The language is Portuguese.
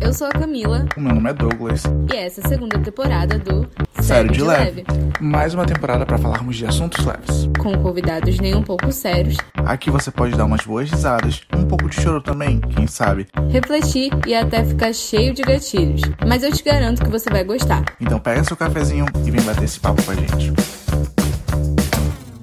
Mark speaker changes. Speaker 1: Eu sou a Camila
Speaker 2: O meu nome é Douglas.
Speaker 1: e essa é a segunda temporada do
Speaker 2: Sério de leve. Mais uma temporada para falarmos de assuntos leves.
Speaker 1: com convidados nem um pouco sérios,
Speaker 2: Aqui você pode dar umas boas risadas, um pouco de choro também, quem sabe.
Speaker 1: refletir e até ficar cheio de gatilhos. Mas eu te garanto que você vai gostar.
Speaker 2: Então pega seu cafezinho e vem bater esse papo com a gente.